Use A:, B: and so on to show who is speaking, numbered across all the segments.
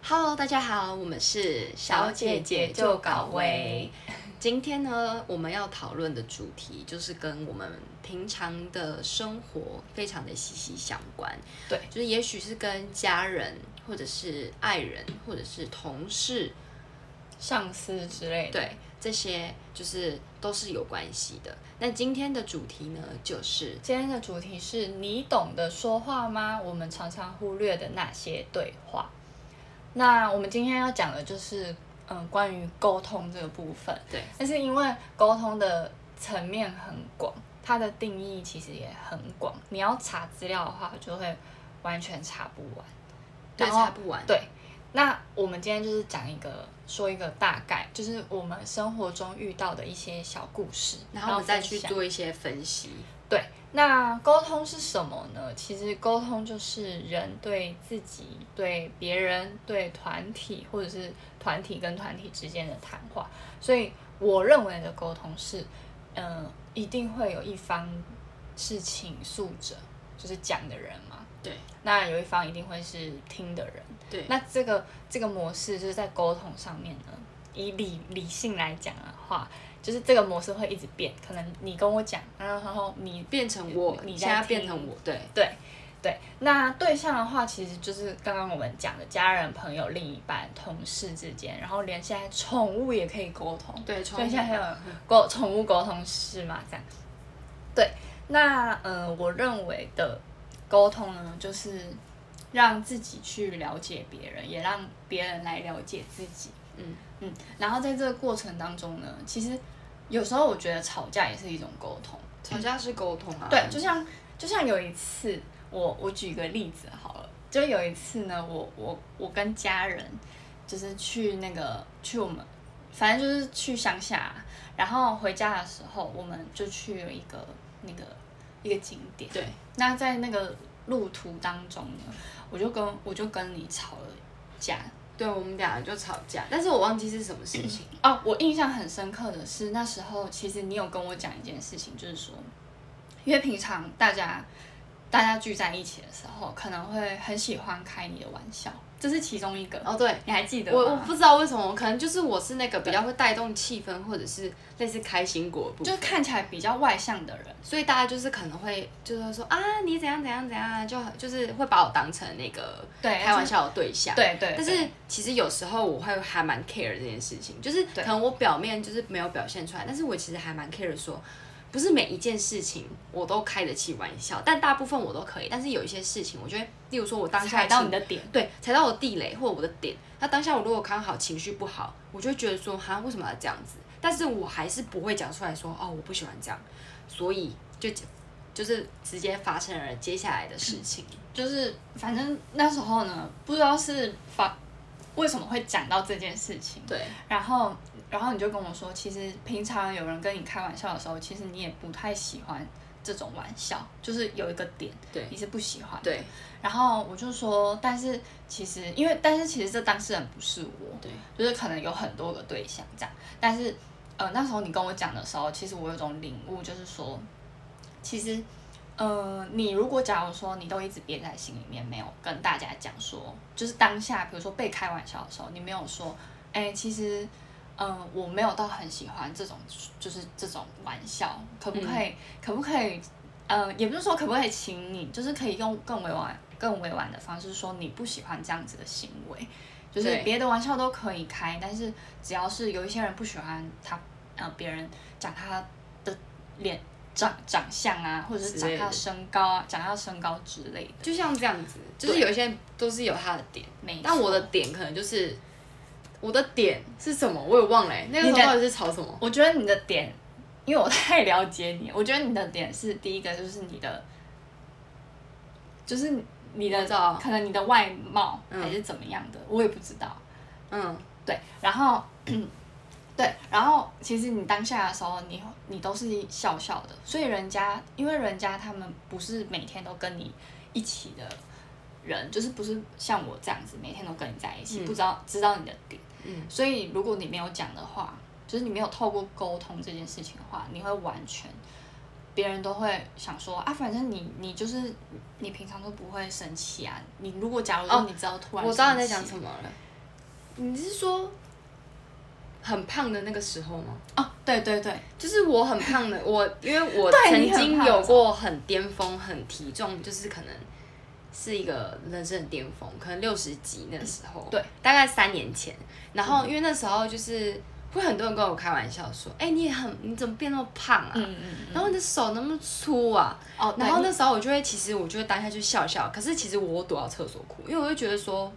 A: 好，我们是
B: 小姐姐就搞
A: 喂
B: 位。
A: 今天呢，我们要讨论的主题就是跟我们平常的生活非常的息息相关。
B: 对，
A: 就是也许是跟家人，或者是爱人，或者是同事，
B: 上司之类的。
A: 对，这些就是都是有关系的。那今天的主题呢，就是
B: 今天的主题是你懂得说话吗？我们常常忽略的那些对话。那我们今天要讲的就是，嗯，关于沟通这个部分。
A: 对，
B: 但是因为沟通的层面很广，它的定义其实也很广，你要查资料的话，就会完全查不完。
A: 对
B: 然后
A: 查不完。
B: 对，那我们今天就是讲一个，说一个大概，就是我们生活中遇到的一些小故事，
A: 然后我们再去
B: 分享
A: 做一些分析。
B: 对，那沟通是什么呢？其实沟通就是人对自己、对别人、对团体，或者是团体跟团体之间的谈话。所以我认为的沟通是，嗯、一定会有一方是倾诉者，就是讲的人嘛。
A: 对
B: 那有一方一定会是听的人。
A: 对，
B: 那这个这个模式就是在沟通上面呢，以理理性来讲的话，就是这个模式会一直变。可能你跟我讲，然后你
A: 变成我，
B: 你在
A: 现在变
B: 听
A: 成我，对
B: 对对，那对象的话，其实就是刚刚我们讲的家人、朋友、另一半、同事之间，然后连现在宠物也可以沟通，
A: 对，
B: 哦
A: 嗯
B: 所
A: 从
B: 以现在还有沟宠物沟通师嘛，这样。对，那呃，我认为的沟通呢，就是让自己去了解别人，也让别人来了解自己。
A: 嗯
B: 嗯，然后在这个过程当中呢，其实有时候我觉得吵架也是一种沟通。
A: 吵架是沟通啊，
B: 对，就像就像有一次，我我举个例子好了，就有一次呢，我我我跟家人就是去那个去我们，反正就是去乡下，然后回家的时候，我们就去了一个那个一个景点。
A: 对，
B: 那在那个路途当中呢，我就跟我就跟你吵了架，
A: 对，我们俩就吵架，但是我忘记是什么事情。
B: 哦，我印象很深刻的是那时候，其实你有跟我讲一件事情，就是说，因为平常大家大家聚在一起的时候，可能会很喜欢开你的玩笑，这是其中一个。
A: 哦，对，
B: 你还记得吗？
A: 我我不知道为什么，可能就是我是那个比较会带动气氛，或者是类似开心果的部分，
B: 就是看起来比较外向的人，
A: 所以大家就是可能会就是会说啊，你怎样怎样怎样啊，就就是会把我当成那个
B: 对
A: 开玩，笑的对象。
B: 就是对对。
A: 但
B: 对
A: 是其实有时候我会还蛮 care 这件事情，就是可
B: 对
A: 能我表面就是没有表现出来，但是我其实还蛮 care 说，不是每一件事情我都开得起玩笑，但大部分我都可以，但是有一些事情，我觉得，例如说我当下
B: 踩到
A: 情
B: 你的点，
A: 对，踩到我地雷或我的点。那当下我如果刚好情绪不好，我就会觉得说，哈，为什么要这样子？但是我还是不会讲出来说，哦，我不喜欢这样，所以就就是直接发生了接下来的事情。
B: 就是反正那时候呢，不知道是发为什么会讲到这件事情，
A: 对
B: 然后，然后你就跟我说，其实平常有人跟你开玩笑的时候，其实你也不太喜欢这种玩笑，就是有一个点
A: 对
B: 你是不喜欢。。
A: 对
B: 然后我就说，但是其实因为，但是其实这当事人不是我，
A: 对
B: 就是可能有很多个对象这样。但是，呃，那时候你跟我讲的时候，其实我有一种领悟，就是说，其实，呃，你如果假如说你都一直憋在心里面，没有跟大家讲说，就是当下，比如说被开玩笑的时候，你没有说，哎、其实，嗯、我没有到很喜欢这种，就是这种玩笑，可不可以？可不可以？呃，也不是说可不可以请你，就是可以用更委婉、更委婉的方式说你不喜欢这样子的行为，就是
A: 对
B: 别的玩笑都可以开，但是只要是有一些人不喜欢他，呃，别人讲他的脸长长相啊，或者是
A: 之
B: 讲
A: 类
B: 他
A: 的
B: 身高啊，讲他身高之类的，
A: 就像这样子，就是
B: 对
A: 有些人都是有他的点，
B: 没
A: 但我的
B: 错
A: 点可能就是我的点是什么，我也忘了、欸，那个时
B: 你
A: 候
B: 的
A: 到底是吵什么？
B: 我觉得你的点，因为我太了解你，我觉得你的点是第一个就是你的，就是你
A: 我
B: 的
A: 知道
B: 可能你的外貌
A: 嗯
B: 还是怎么样的，我也不知道。
A: 嗯，
B: 对，然后嗯对，然后其实你当下的时候，你你都是笑笑的，所以人家因为人家他们不是每天都跟你一起的人，就是不是像我这样子每天都跟你在一起，
A: 嗯
B: 不知道知道你的点，
A: 嗯，
B: 所以如果你没有讲的话，就是你没有透过沟通这件事情的话，你会完全。别人都会想说啊，反正你你就是你平常都不会生气啊。你如果假如说
A: 哦
B: 你知道突然、
A: 我知道你在讲什么了。你是说很胖的那个时候吗？
B: 哦，对对对，
A: 就是我很胖的，我因为我
B: 对
A: 曾
B: 你很
A: 经
B: 胖
A: 有过很巅峰、很体重，就是可能是一个人生的巅峰，可能六十几那时候，
B: 对，
A: 大概三年前。然后因为那时候就是会很多人跟我开玩笑说：“哎、你也很你怎么变那么胖啊？
B: 嗯嗯，
A: 然后你的手那么粗啊？”
B: 哦，
A: 然后
B: 对
A: 那时候我就会，其实我就会当下就笑笑，可是其实我躲到厕所哭，因为我就觉得说，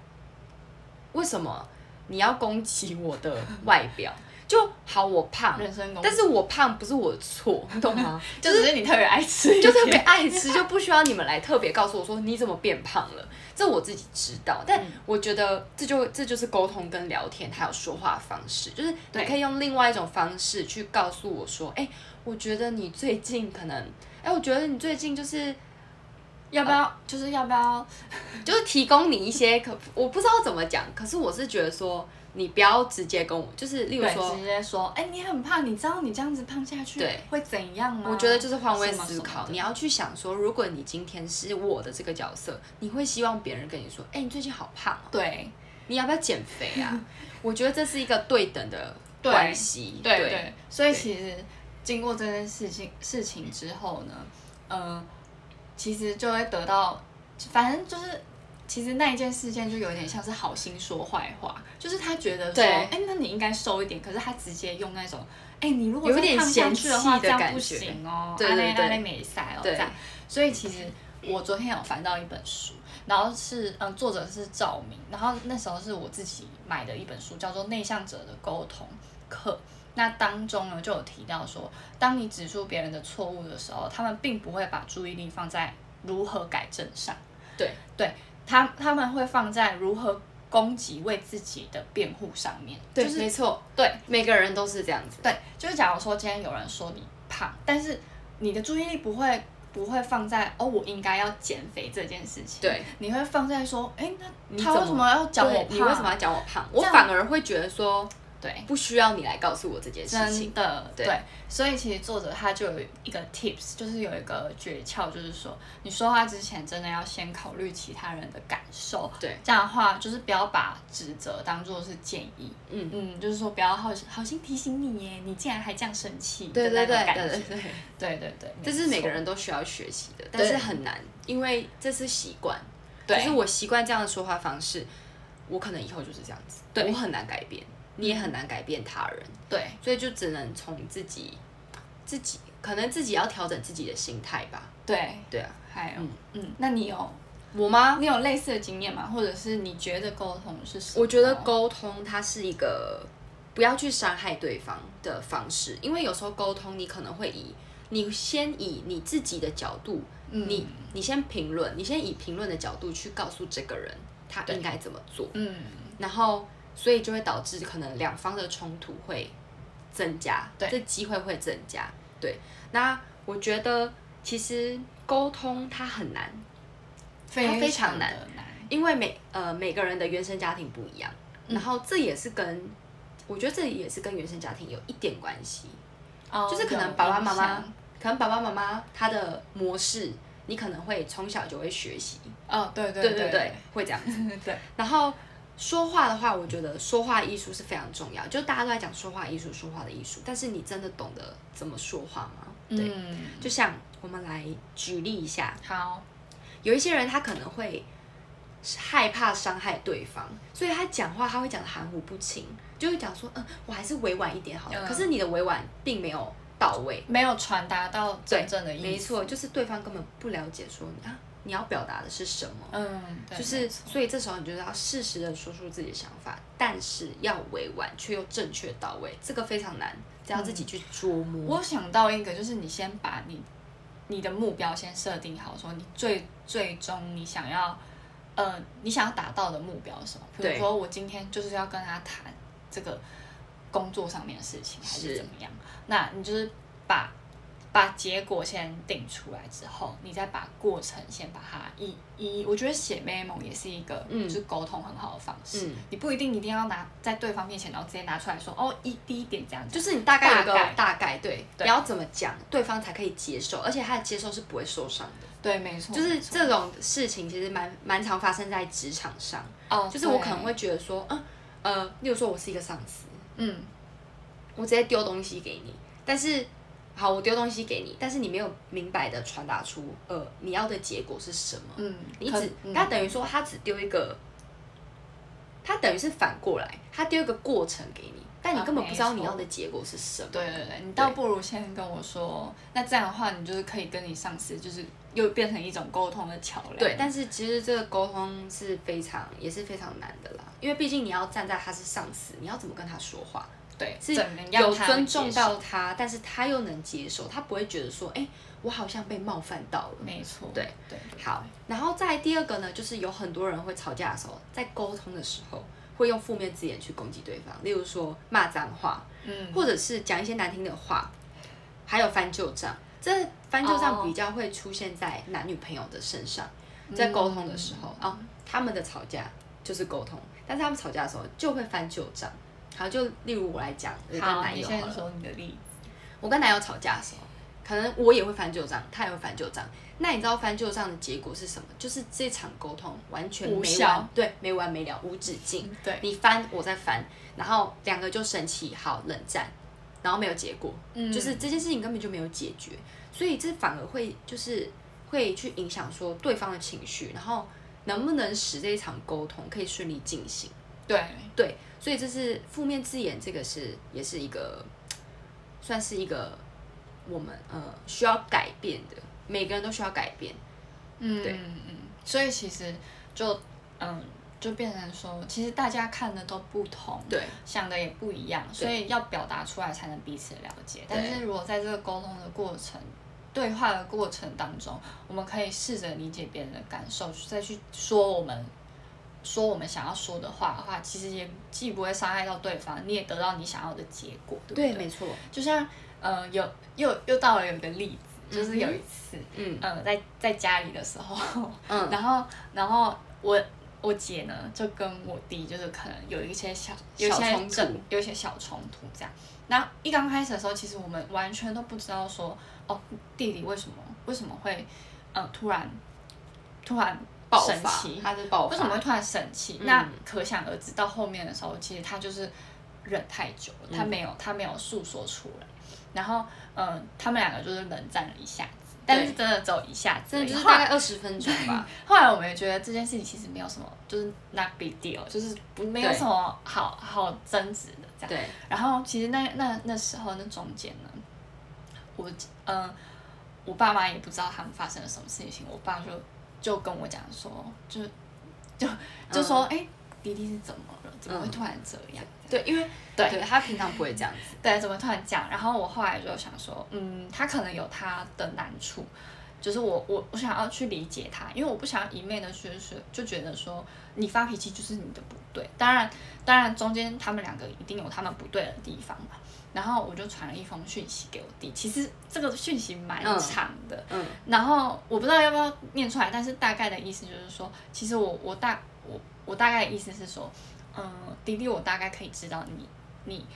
A: 为什么你要攻击我的外表？就好，我胖，
B: 人身攻击，
A: 但是我胖不是我的错，你懂 吗？
B: 就只是你特别爱吃一点，哦
A: 就特别爱吃，就不需要你们来特别告诉我说你怎么变胖了，这我自己知道。
B: 嗯
A: 但我觉得这就这就是沟通跟聊天还有说话方式，就是你
B: 对
A: 可以用另外一种方式去告诉我说，哎、我觉得你最近可能，哎、我觉得你最近就是
B: 要不要就是要不要
A: 就是提供你一些可我不知道怎么讲，可是我是觉得说你不要直接跟我，就是例如
B: 对
A: 说
B: 直接说，哎，你很胖，你知道你这样子胖下去
A: 对
B: 会怎样吗？
A: 我觉得就是换位思
B: 什么
A: 考
B: 什么，的
A: 你要去想说，如果你今天是我的这个角色，你会希望别人跟你说：“哎、你最近好胖哦，
B: 对
A: 你要不要减肥啊？” 我觉得这是一个对等的
B: 对
A: 关系。
B: 对对，
A: 对
B: 所以
A: 对
B: 其实经过这件事情事情之后呢，呃，其实就会得到，反正就是。其实那一件事件就有点像是好心说坏话，就是他觉得说，
A: 对
B: 哎、那你应该瘦一点，可是他直接用那种，哎、你如果
A: 有
B: 再
A: 点
B: 胖下
A: 嫌
B: 去的
A: 弃
B: 话，
A: 的
B: 这样
A: 感
B: 不
A: 觉
B: 行哦，
A: 对
B: 啊
A: 对
B: 嘞
A: 对
B: 啊嘞没塞哦，
A: 对
B: 这样。所以其实我昨天有翻到一本书，然后是嗯，作者是赵明，然后那时候是我自己买的一本书，叫做《内向者的沟通课》。那当中呢，就有提到说，当你指出别人的错误的时候，他们并不会把注意力放在如何改正上，
A: 对
B: 对，他他们会放在如何攻击为自己的辩护上面，
A: 对，
B: 就是
A: 没错，
B: 对，
A: 每个人都是这样子。
B: 对，就是假如说今天有人说你胖，但是你的注意力不会不会放在哦，我应该要减肥这件事情，，
A: 对，
B: 你会放在说，哎，
A: 你
B: 那他为
A: 怎
B: 什
A: 么
B: 么要讲我
A: 对
B: 胖？
A: 你为什么要讲我胖？我
B: 这样
A: 反而会觉得说，
B: 对？
A: 不需要你来告诉我这件事情。
B: 真的
A: 对
B: 所以其实作者他就有一个 tips，就是有一个诀窍，就是说你说话之前真的要先考虑其他人的感受，
A: 对，
B: 这样的话就是不要把指责当做是建议，
A: 嗯
B: 嗯，就是说不要好好心提醒你耶，你竟然还这样生气的
A: 对
B: 那
A: 对
B: 种
A: 对
B: 感
A: 对
B: 觉
A: 对，对，
B: 对对对，
A: 这
B: 没
A: 是每
B: 错
A: 个人都需要学习的，但是
B: 对
A: 很难，因为这是习惯。
B: 对
A: 就是我习惯这样的说话方式，我可能以后就是这样子，
B: 对
A: 我很难改变，你也很难改变他人，
B: 对
A: 所以就只能从自己，自己可能自己要调整自己的心态吧。
B: 对，
A: 对啊，
B: 还有
A: 嗯
B: 嗯那你有
A: 我吗？
B: 你有类似的经验吗？或者是你觉得沟通是什么？
A: 我觉得沟通它是一个不要去伤害对方的方式，因为有时候沟通你可能会以你先以你自己的角度，
B: 嗯
A: 你你先评论，你先以评论的角度去告诉这个人他
B: 对
A: 应该怎么做，
B: 嗯
A: 然后所以就会导致可能两方的冲突会增加，
B: 对
A: 这机会会增加。对，那我觉得其实沟通它很难，它非常
B: 难
A: 难因为每呃每个人的原生家庭不一样，
B: 嗯
A: 然后这也是跟我觉得这也是跟原生家庭有一点关系，
B: 哦
A: 就是可能
B: 有
A: 爸爸
B: 影
A: 妈妈
B: 响，
A: 可能爸爸妈妈他的模式，你可能会从小就会学习，
B: 哦，对
A: 对
B: 对
A: 对对，会这样子。
B: 对对，
A: 然后说话的话，我觉得说话艺术是非常重要，就大家都在讲说话艺术，说话的艺术，但是你真的懂得怎么说话吗？对，
B: 嗯，
A: 就像我们来举例一下，
B: 好，
A: 有一些人他可能会害怕伤害对方，所以他讲话他会讲得含糊不清，就会讲说，嗯，我还是委婉一点好了。
B: 嗯
A: 可是你的委婉并没有到位，
B: 没有传达到真正的意思，
A: 没错，就是对方根本不了解说啊你要表达的是什么，
B: 嗯，对
A: 就是所以这时候你就是要适时的说出自己的想法，但是要委婉却又正确到位，这个非常难，只要自己去琢磨。
B: 我想到一个，就是你先把你你的目标先设定好，说你最最终你想要呃你想要达到的目标是什么？比
A: 对
B: 如说我今天就是要跟他谈这个工作上面的事情，还
A: 是
B: 是怎么样？那你就是把把结果先定出来之后，你再把过程先把它一一，我觉得写 memo 也是一个
A: 嗯
B: 就是沟通很好的方式。
A: 嗯
B: 你不一定一定要拿在对方面前，然后直接拿出来说哦，一第一点这样子，
A: 就是你大概有个
B: 大概
A: 大概对，
B: 对
A: 你要怎么讲，对方才可以接受，而且他的接受是不会受伤的。
B: 对，没错，
A: 就是
B: 没错
A: 这种事情其实蛮蛮常发生在职场上，
B: 哦，
A: 就是我
B: 对
A: 可能会觉得说，嗯，呃，例如说我是一个上司，
B: 嗯，
A: 我直接丢东西给你，但是好，我丢东西给你，但是你没有明白的传达出呃你要的结果是什么。
B: 嗯，
A: 你
B: 可
A: 只
B: 嗯
A: 他等于说他只丢一个，他等于是反过来，他丢一个过程给你，但你
B: 啊
A: 根本不知道
B: 没
A: 你
B: 错
A: 要的结果是什么。
B: 对对对，你倒不如先跟我说，那这样的话，你就是可以跟你上司，就是又变成一种沟通的桥梁。
A: 对，但是其实这个沟通是非常也是非常难的啦，因为毕竟你要站在他是上司，你要怎么跟他说话，
B: 对，
A: 是
B: 怎么样
A: 有
B: 他
A: 尊
B: 会
A: 重
B: 接受，
A: 到他，但是他又能接受，他不会觉得说，哎、我好像被冒犯到了。
B: 没错。
A: 对
B: 对，
A: 好，然后再来第二个呢，就是有很多人会吵架的时候，在沟通的时候会用负面字眼去攻击对方，例如说骂脏话，
B: 嗯，
A: 或者是讲一些难听的话，还有翻旧账。这翻旧
B: 哦嗯
A: 账比较会出现在男女朋友的身上，在沟通的时候啊、他们的吵架就是沟通，但是他们吵架的时候就会翻旧账。好，就例如我来讲，我跟
B: 好，
A: 男
B: 你
A: 友好
B: 先
A: 了，
B: 说你的例子。
A: 我跟男友吵架的时候，可能我也会翻旧账，他也会翻旧账。那你知道翻旧账的结果是什么？就是这场沟通完全
B: 无
A: 没
B: 效
A: 完，对，没完没了，无止境。
B: 对，
A: 你翻我再翻，然后两个就生气，好冷战，然后没有结果，
B: 嗯
A: 就是这件事情根本就没有解决，所以这反而会就是会去影响说对方的情绪，然后能不能使这一场沟通可以顺利进行。
B: 对，
A: 对，所以这是负面字眼，这个是也是一个算是一个我们呃需要改变的，每个人都需要改变。
B: 嗯，
A: 对
B: 嗯嗯，所以其实就嗯，就变成说，其实大家看的都不同，
A: 对，
B: 想的也不一样，所以要表达出来才能彼此了解。
A: 对
B: 但是如果在这个沟通的过程、对话的过程当中，我们可以试着理解别人的感受，再去说我们说我们想要说的话的话，其实也既不会伤害到对方，你也得到你想要的结果，对不对？
A: 没错。
B: 就像呃，有又又到了有一个例子，就是有一次，
A: 嗯
B: 呃，在在家里的时候，
A: 嗯
B: 然后然后我我姐呢就跟我弟就是可能有一些小有一
A: 小
B: 些
A: 冲突
B: 争有一些小冲突这样。那一刚开始的时候，其实我们完全都不知道说哦，弟弟为什么为什么会呃突然突然
A: 爆
B: 生
A: 发
B: 气，，
A: 他是爆发。
B: 为什么会突然生气？
A: 嗯
B: 那可想而知，到后面的时候，其实他就是忍太久了，
A: 嗯
B: 他没有他没有诉说出来。然后，嗯、他们两个就是冷战了一下子，但是真的只有一下子
A: 真
B: 而
A: 的
B: 已，
A: 就是
B: 后
A: 大
B: 来
A: 概二十分钟 吧。
B: 后来我们也觉得这件事情其实没有什么，就是 not big deal，就是不没有
A: 对
B: 什么好好争执的这样。
A: 对，
B: 然后其实那那那时候那中间呢，我嗯、我爸妈也不知道他们发生了什么事情，我爸就就跟我讲说，就就就说，哎、弟弟是怎么了？怎么会
A: 嗯
B: 突然这样？
A: 对，因为
B: 对
A: 对他平常不会这样子。
B: 对，怎么突然讲？然后我后来就想说，嗯，他可能有他的难处，就是我我我想要去理解他，因为我不想一面的就是就觉得说你发脾气就是你的不对。当然，当然中间他们两个一定有他们不对的地方嘛。然后我就传了一封讯息给我弟，其实这个讯息蛮
A: 嗯
B: 长的，
A: 嗯，
B: 然后我不知道要不要念出来，但是大概的意思就是说，其实我我大我我大概的意思是说，嗯、弟弟，我大概可以知道你你，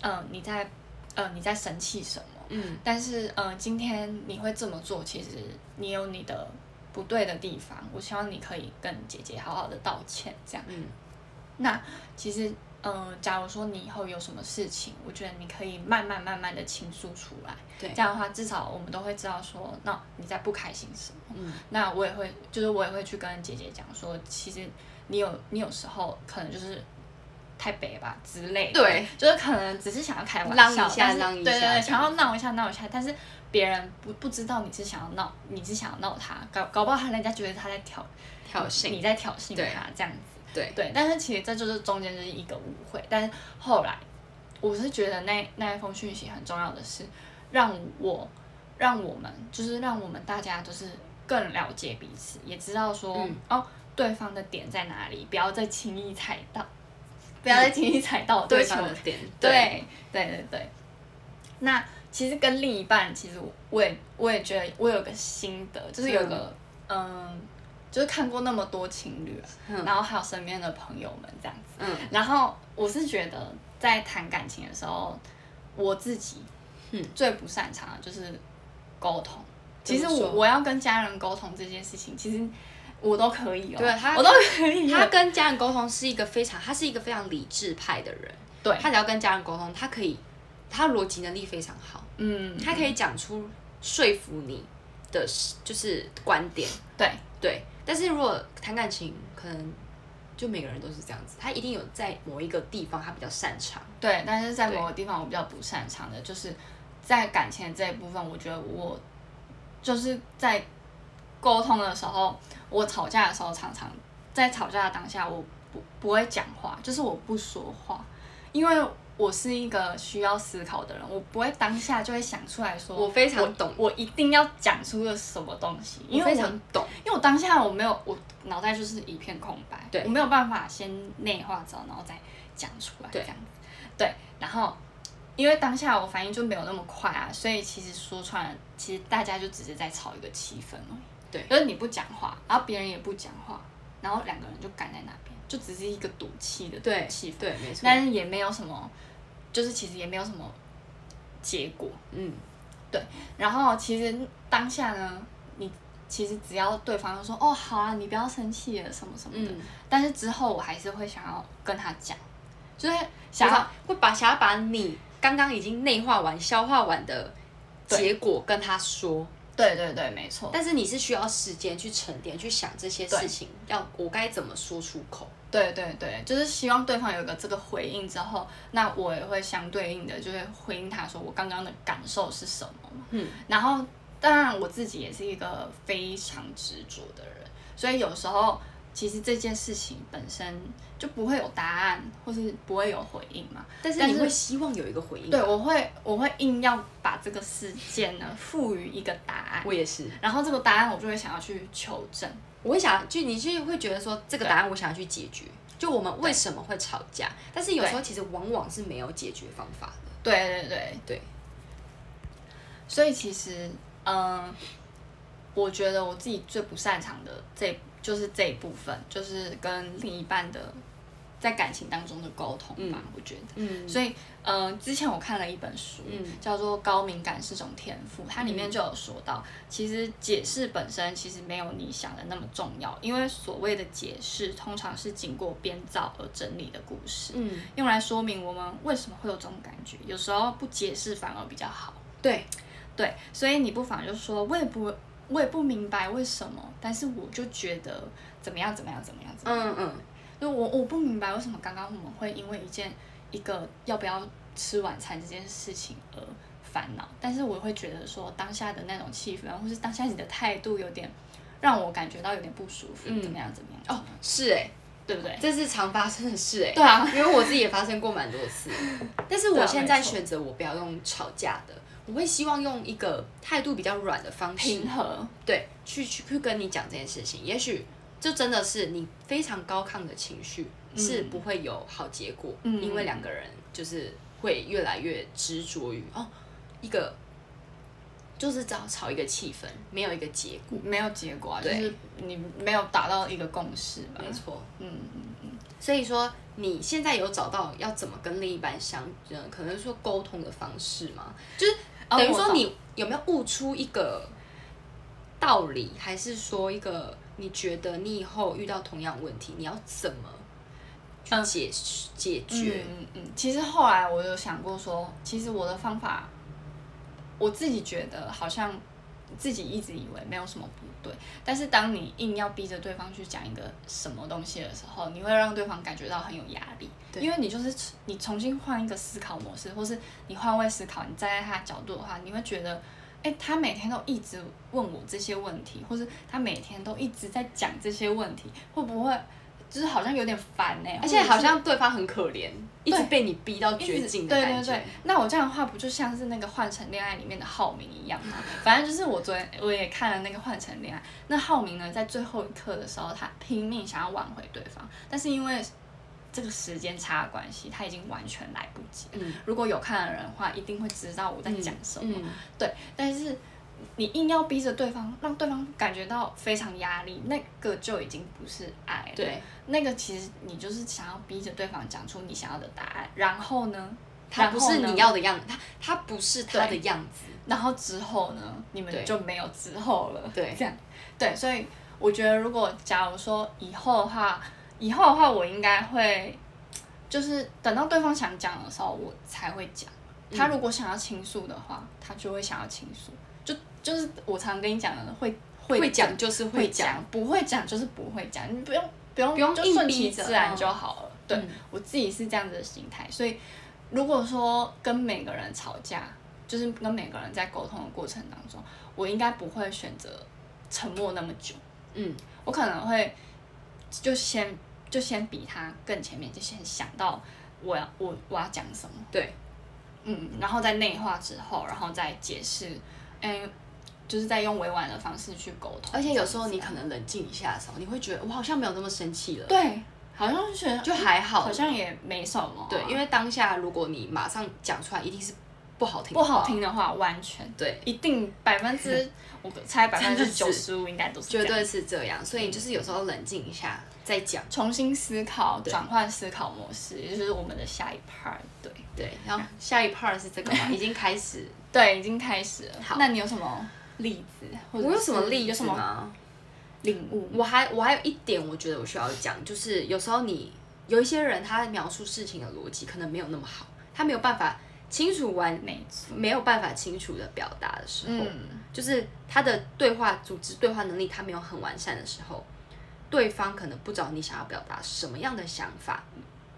B: 嗯、你在呃你在生气什么，
A: 嗯，
B: 但是嗯、呃今天你会这么做，其实你有你的不对的地方，我希望你可以跟姐姐好好的道歉，这样。
A: 嗯，
B: 那其实嗯、呃假如说你以后有什么事情，我觉得你可以慢慢慢慢的倾诉出来。
A: 对
B: 这，样的话，至少我们都会知道说，那你在不开心什么。
A: 嗯，
B: 那我也会，就是我也会去跟姐姐讲说，其实你有你有时候可能就是太北吧之类的，
A: 对，
B: 就是可能只是想要开玩
A: 浪一
B: 笑，
A: 下
B: 但是
A: 浪一
B: 对
A: 下
B: 对
A: 这
B: 对，
A: 样
B: 想要闹一下闹一下，但是别人不不知道你是想要闹，你是想要闹他，搞搞不好人家觉得他在挑
A: 挑衅。
B: 你在挑衅
A: 对
B: 他这样子。
A: 对，
B: 对，但是其实这就是中间就是一个误会，但是后来我是觉得那那一封讯息很重要的是，让我让我们就是让我们大家就是更了解彼此，也知道说、
A: 嗯
B: 哦对方的点在哪里，不要再轻易踩到，不要再轻易踩到
A: 嗯
B: 对
A: 对
B: 方
A: 方
B: 的
A: 的点。
B: 对对对对。那其实跟另一半，其实我我也我也觉得我有个心得，就是有个嗯就是看过那么多情侣啊、
A: 嗯
B: 然后还有身边的朋友们这样子。
A: 嗯
B: 然后我是觉得在谈感情的时候，我自己
A: 嗯
B: 最不擅长的就是沟通。其实
A: 怎么
B: 我
A: 说
B: 我要跟家人沟通这件事情，其实我都可以哦，
A: 对他
B: 我都可以哦，
A: 嗯他跟家人沟通是一个非常，他是一个非常理智派的人。
B: 对，
A: 他只要跟家人沟通，他可以，他逻辑能力非常好，
B: 嗯，
A: 他可以讲出说服你的就是观点。
B: 对
A: 对，但是如果谈感情，可能就每个人都是这样子，他一定有在某一个地方他比较擅长。
B: 对，但是在
A: 对
B: 某个地方我比较不擅长的，就是在感情的这一部分，我觉得我就是在沟通的时候，我吵架的时候，常常在吵架的当下，我不不会讲话，就是我不说话，因为我是一个需要思考的人，我不会当下就会想出来说，
A: 哦我非常懂，
B: 我一定要讲出个什么东西，因
A: 我
B: 为
A: 非
B: 我
A: 常懂。
B: 因为我当下我没有，我脑袋就是一片空白，
A: 对
B: 我没有办法先内化之后，然后再讲出来，这
A: 对
B: 样子，对，然后因为当下我反应就没有那么快啊，所以其实说穿了，其实大家就只是在炒一个气氛而已，
A: 对
B: 就是你不讲话，然后别人也不讲话，然后两个人就干在那边，就只是一个赌气的
A: 对
B: 气氛，
A: 对，没错。
B: 但是也没有什么，就是其实也没有什么结果，
A: 嗯，
B: 然后其实当下呢，你其实只要对方说哦好啊，你不要生气了什么什么的，
A: 嗯
B: 但是之后我还是会想要跟他讲，就是
A: 想
B: 想要
A: 要会把想要把你刚刚已经内化完、消化完的
B: 对
A: 结果跟他说，
B: 对对对，没错，
A: 但是你是需要时间去沉淀、去想这些
B: 对
A: 事情，要我该怎么说出口。
B: 对对对，就是希望对方有一个这个回应之后，那我也会相对应的就是回应他说我刚刚的感受是什么嘛，
A: 嗯，
B: 然后当然我自己也是一个非常执着的人，所以有时候其实这件事情本身就不会有答案，或是不会有回应嘛。
A: 但是
B: 但
A: 你
B: 是
A: 会希望有一个回应。
B: 对，，我会我会硬要把这个事件呢赋予一个答案，
A: 我也是，
B: 然后这个答案我就会想要去求证。
A: 我会想就你就会觉得说这个
B: 对
A: 答案我想要去解决，就我们为什么会吵架？但是有时候其实往往是没有解决方法的。
B: 对对对
A: 对，
B: 所以其实嗯，我觉得我自己最不擅长的这就是这一部分，就是跟另一半的在感情当中的沟通吧，我觉得。
A: 嗯
B: 所以，呃，之前我看了一本书，
A: 嗯
B: 叫做《高敏感是种天赋》，它里面就有说到，
A: 嗯
B: 其实解释本身其实没有你想的那么重要，因为所谓的解释通常是经过编造而整理的故事，
A: 嗯，
B: 用来说明我们为什么会有这种感觉。有时候不解释反而比较好。
A: 对，
B: 对，所以你不妨就说，我也不，我也不明白为什么，但是我就觉得怎么样怎么样怎么样怎么样。
A: 嗯嗯，
B: 就我我不明白为什么刚刚我们会因为一件一个要不要吃晚餐这件事情而烦恼，但是我会觉得说当下的那种气氛，或是当下你的态度有点让我感觉到有点不舒服，
A: 嗯
B: 怎么样怎么样，
A: 哦，是哎、
B: 对不对？
A: 这是常发生的事哎、
B: 对啊，
A: 因为我自己也发生过蛮多 次，但是
B: 对
A: 我
B: 啊
A: 现在
B: 没错
A: 选择我不要用吵架的，我会希望用一个态度比较软的方式，
B: 平和，
A: 对，去去去跟你讲这件事情。也许这真的是你非常高亢的情绪、
B: 嗯
A: 是不会有好结果，
B: 嗯
A: 因为两个人就是会越来越执着于哦一个，就是只要吵一个气氛，没有一个结果。
B: 没有结果啊，就
A: 对
B: 是你没有达到一个共识吧
A: 没。错，
B: 嗯，
A: 所以说你现在有找到要怎么跟另一半相，呃，可能说沟通的方式吗？就是
B: 哦
A: 等于
B: 我
A: 说
B: 懂
A: 你有没有悟出一个道理，还是说一个你觉得你以后遇到同样问题，你要怎么去
B: 嗯
A: 解、解决？
B: 嗯嗯嗯，其实后来我有想过说，其实我的方法，我自己觉得好像自己一直以为没有什么不对，但是当你硬要逼着对方去讲一个什么东西的时候，你会让对方感觉到很有压力，
A: 对
B: 因为你就是你重新换一个思考模式，或是你换位思考，你站在他的角度的话，你会觉得。哎，他每天都一直问我这些问题，或是他每天都一直在讲这些问题，会不会就是好像有点烦呢、欸
A: 而且
B: 嗯或者是
A: 好像对方很可怜，一直被你逼到
B: 一
A: 绝
B: 直
A: 境的感觉。
B: 对对对，那我这样的话不就像是那个《换乘恋爱》里面的浩明一样吗？反正就是我昨天我也看了那个《换乘恋爱》，那浩明呢在最后一刻的时候，他拼命想要挽回对方，但是因为这个时间差的关系，他已经完全来不及了。
A: 嗯
B: 如果有看的人的话，一定会知道我在讲什么。
A: 嗯
B: 对，但是你硬要逼着对方，让对方感觉到非常压力，那个就已经不是爱了。
A: 对，
B: 那个其实你就是想要逼着对方讲出你想要的答案，然后呢，
A: 他
B: 然
A: 不
B: 后
A: 是
B: 呢
A: 你，要的样，他他不是他的
B: 对
A: 样子。
B: 然后之后呢，你
A: 对
B: 们就没有之后了，
A: 对
B: 这样，对，所以我觉得如果假如说以后的话，以后的话我应该会，就是等到对方想讲的时候，我才会讲。他如果想要倾诉的话，他就会想要倾诉。就就是我常跟你讲的，会会
A: 会讲就是
B: 会
A: 讲，
B: 讲，不会讲就是不会讲，你不用不用
A: 不用
B: 就
A: 硬
B: 顺
A: 逼
B: 其
A: 着
B: 自然
A: 嗯
B: 就好了。对、
A: 嗯
B: 我自己是这样子的心态，所以如果说跟每个人吵架，就是跟每个人在沟通的过程当中，我应该不会选择沉默那么久，
A: 嗯
B: 我可能会就先就先比他更前面，就先想到我要我我要讲什么。
A: 对，
B: 嗯，然后在内化之后，然后再解释，嗯，就是在用委婉的方式去沟通。
A: 而且有时候
B: 这
A: 你
B: 样
A: 可
B: 子啊
A: 能冷静一下的时候，你会觉得我好像没有那么生气了，
B: 对，好像是觉得
A: 就还好
B: 好。像也没什么啊、
A: 对，因为当下如果你马上讲出来，一定是不好听，
B: 不好。听的话，完全
A: 对，
B: 一定百分之我猜百分之九十五应该都是这
A: 绝
B: 样
A: 对是这样。所以就是有时候冷静一下再讲。
B: 重新思考，
A: 对
B: 转换思考模式，也就是我们的下一 part。对
A: 对，然后下一 part 是这 个嘛，已经开始。
B: 对，已经开始了。
A: 好
B: 那你有什么例子？或者
A: 我有什么
B: 是
A: 例
B: 有
A: 子
B: 什么
A: 吗？
B: 领悟？
A: 我还我还有一点，我觉得我需要讲，就是有时候你有一些人他描述事情的逻辑可能没有那么好，他没有办法清楚完，
B: 没错，
A: 没有办法清楚的表达的时候，
B: 嗯，
A: 就是他的对话组织对话能力他没有很完善的时候，对方可能不知道你想要表达什么样的想法，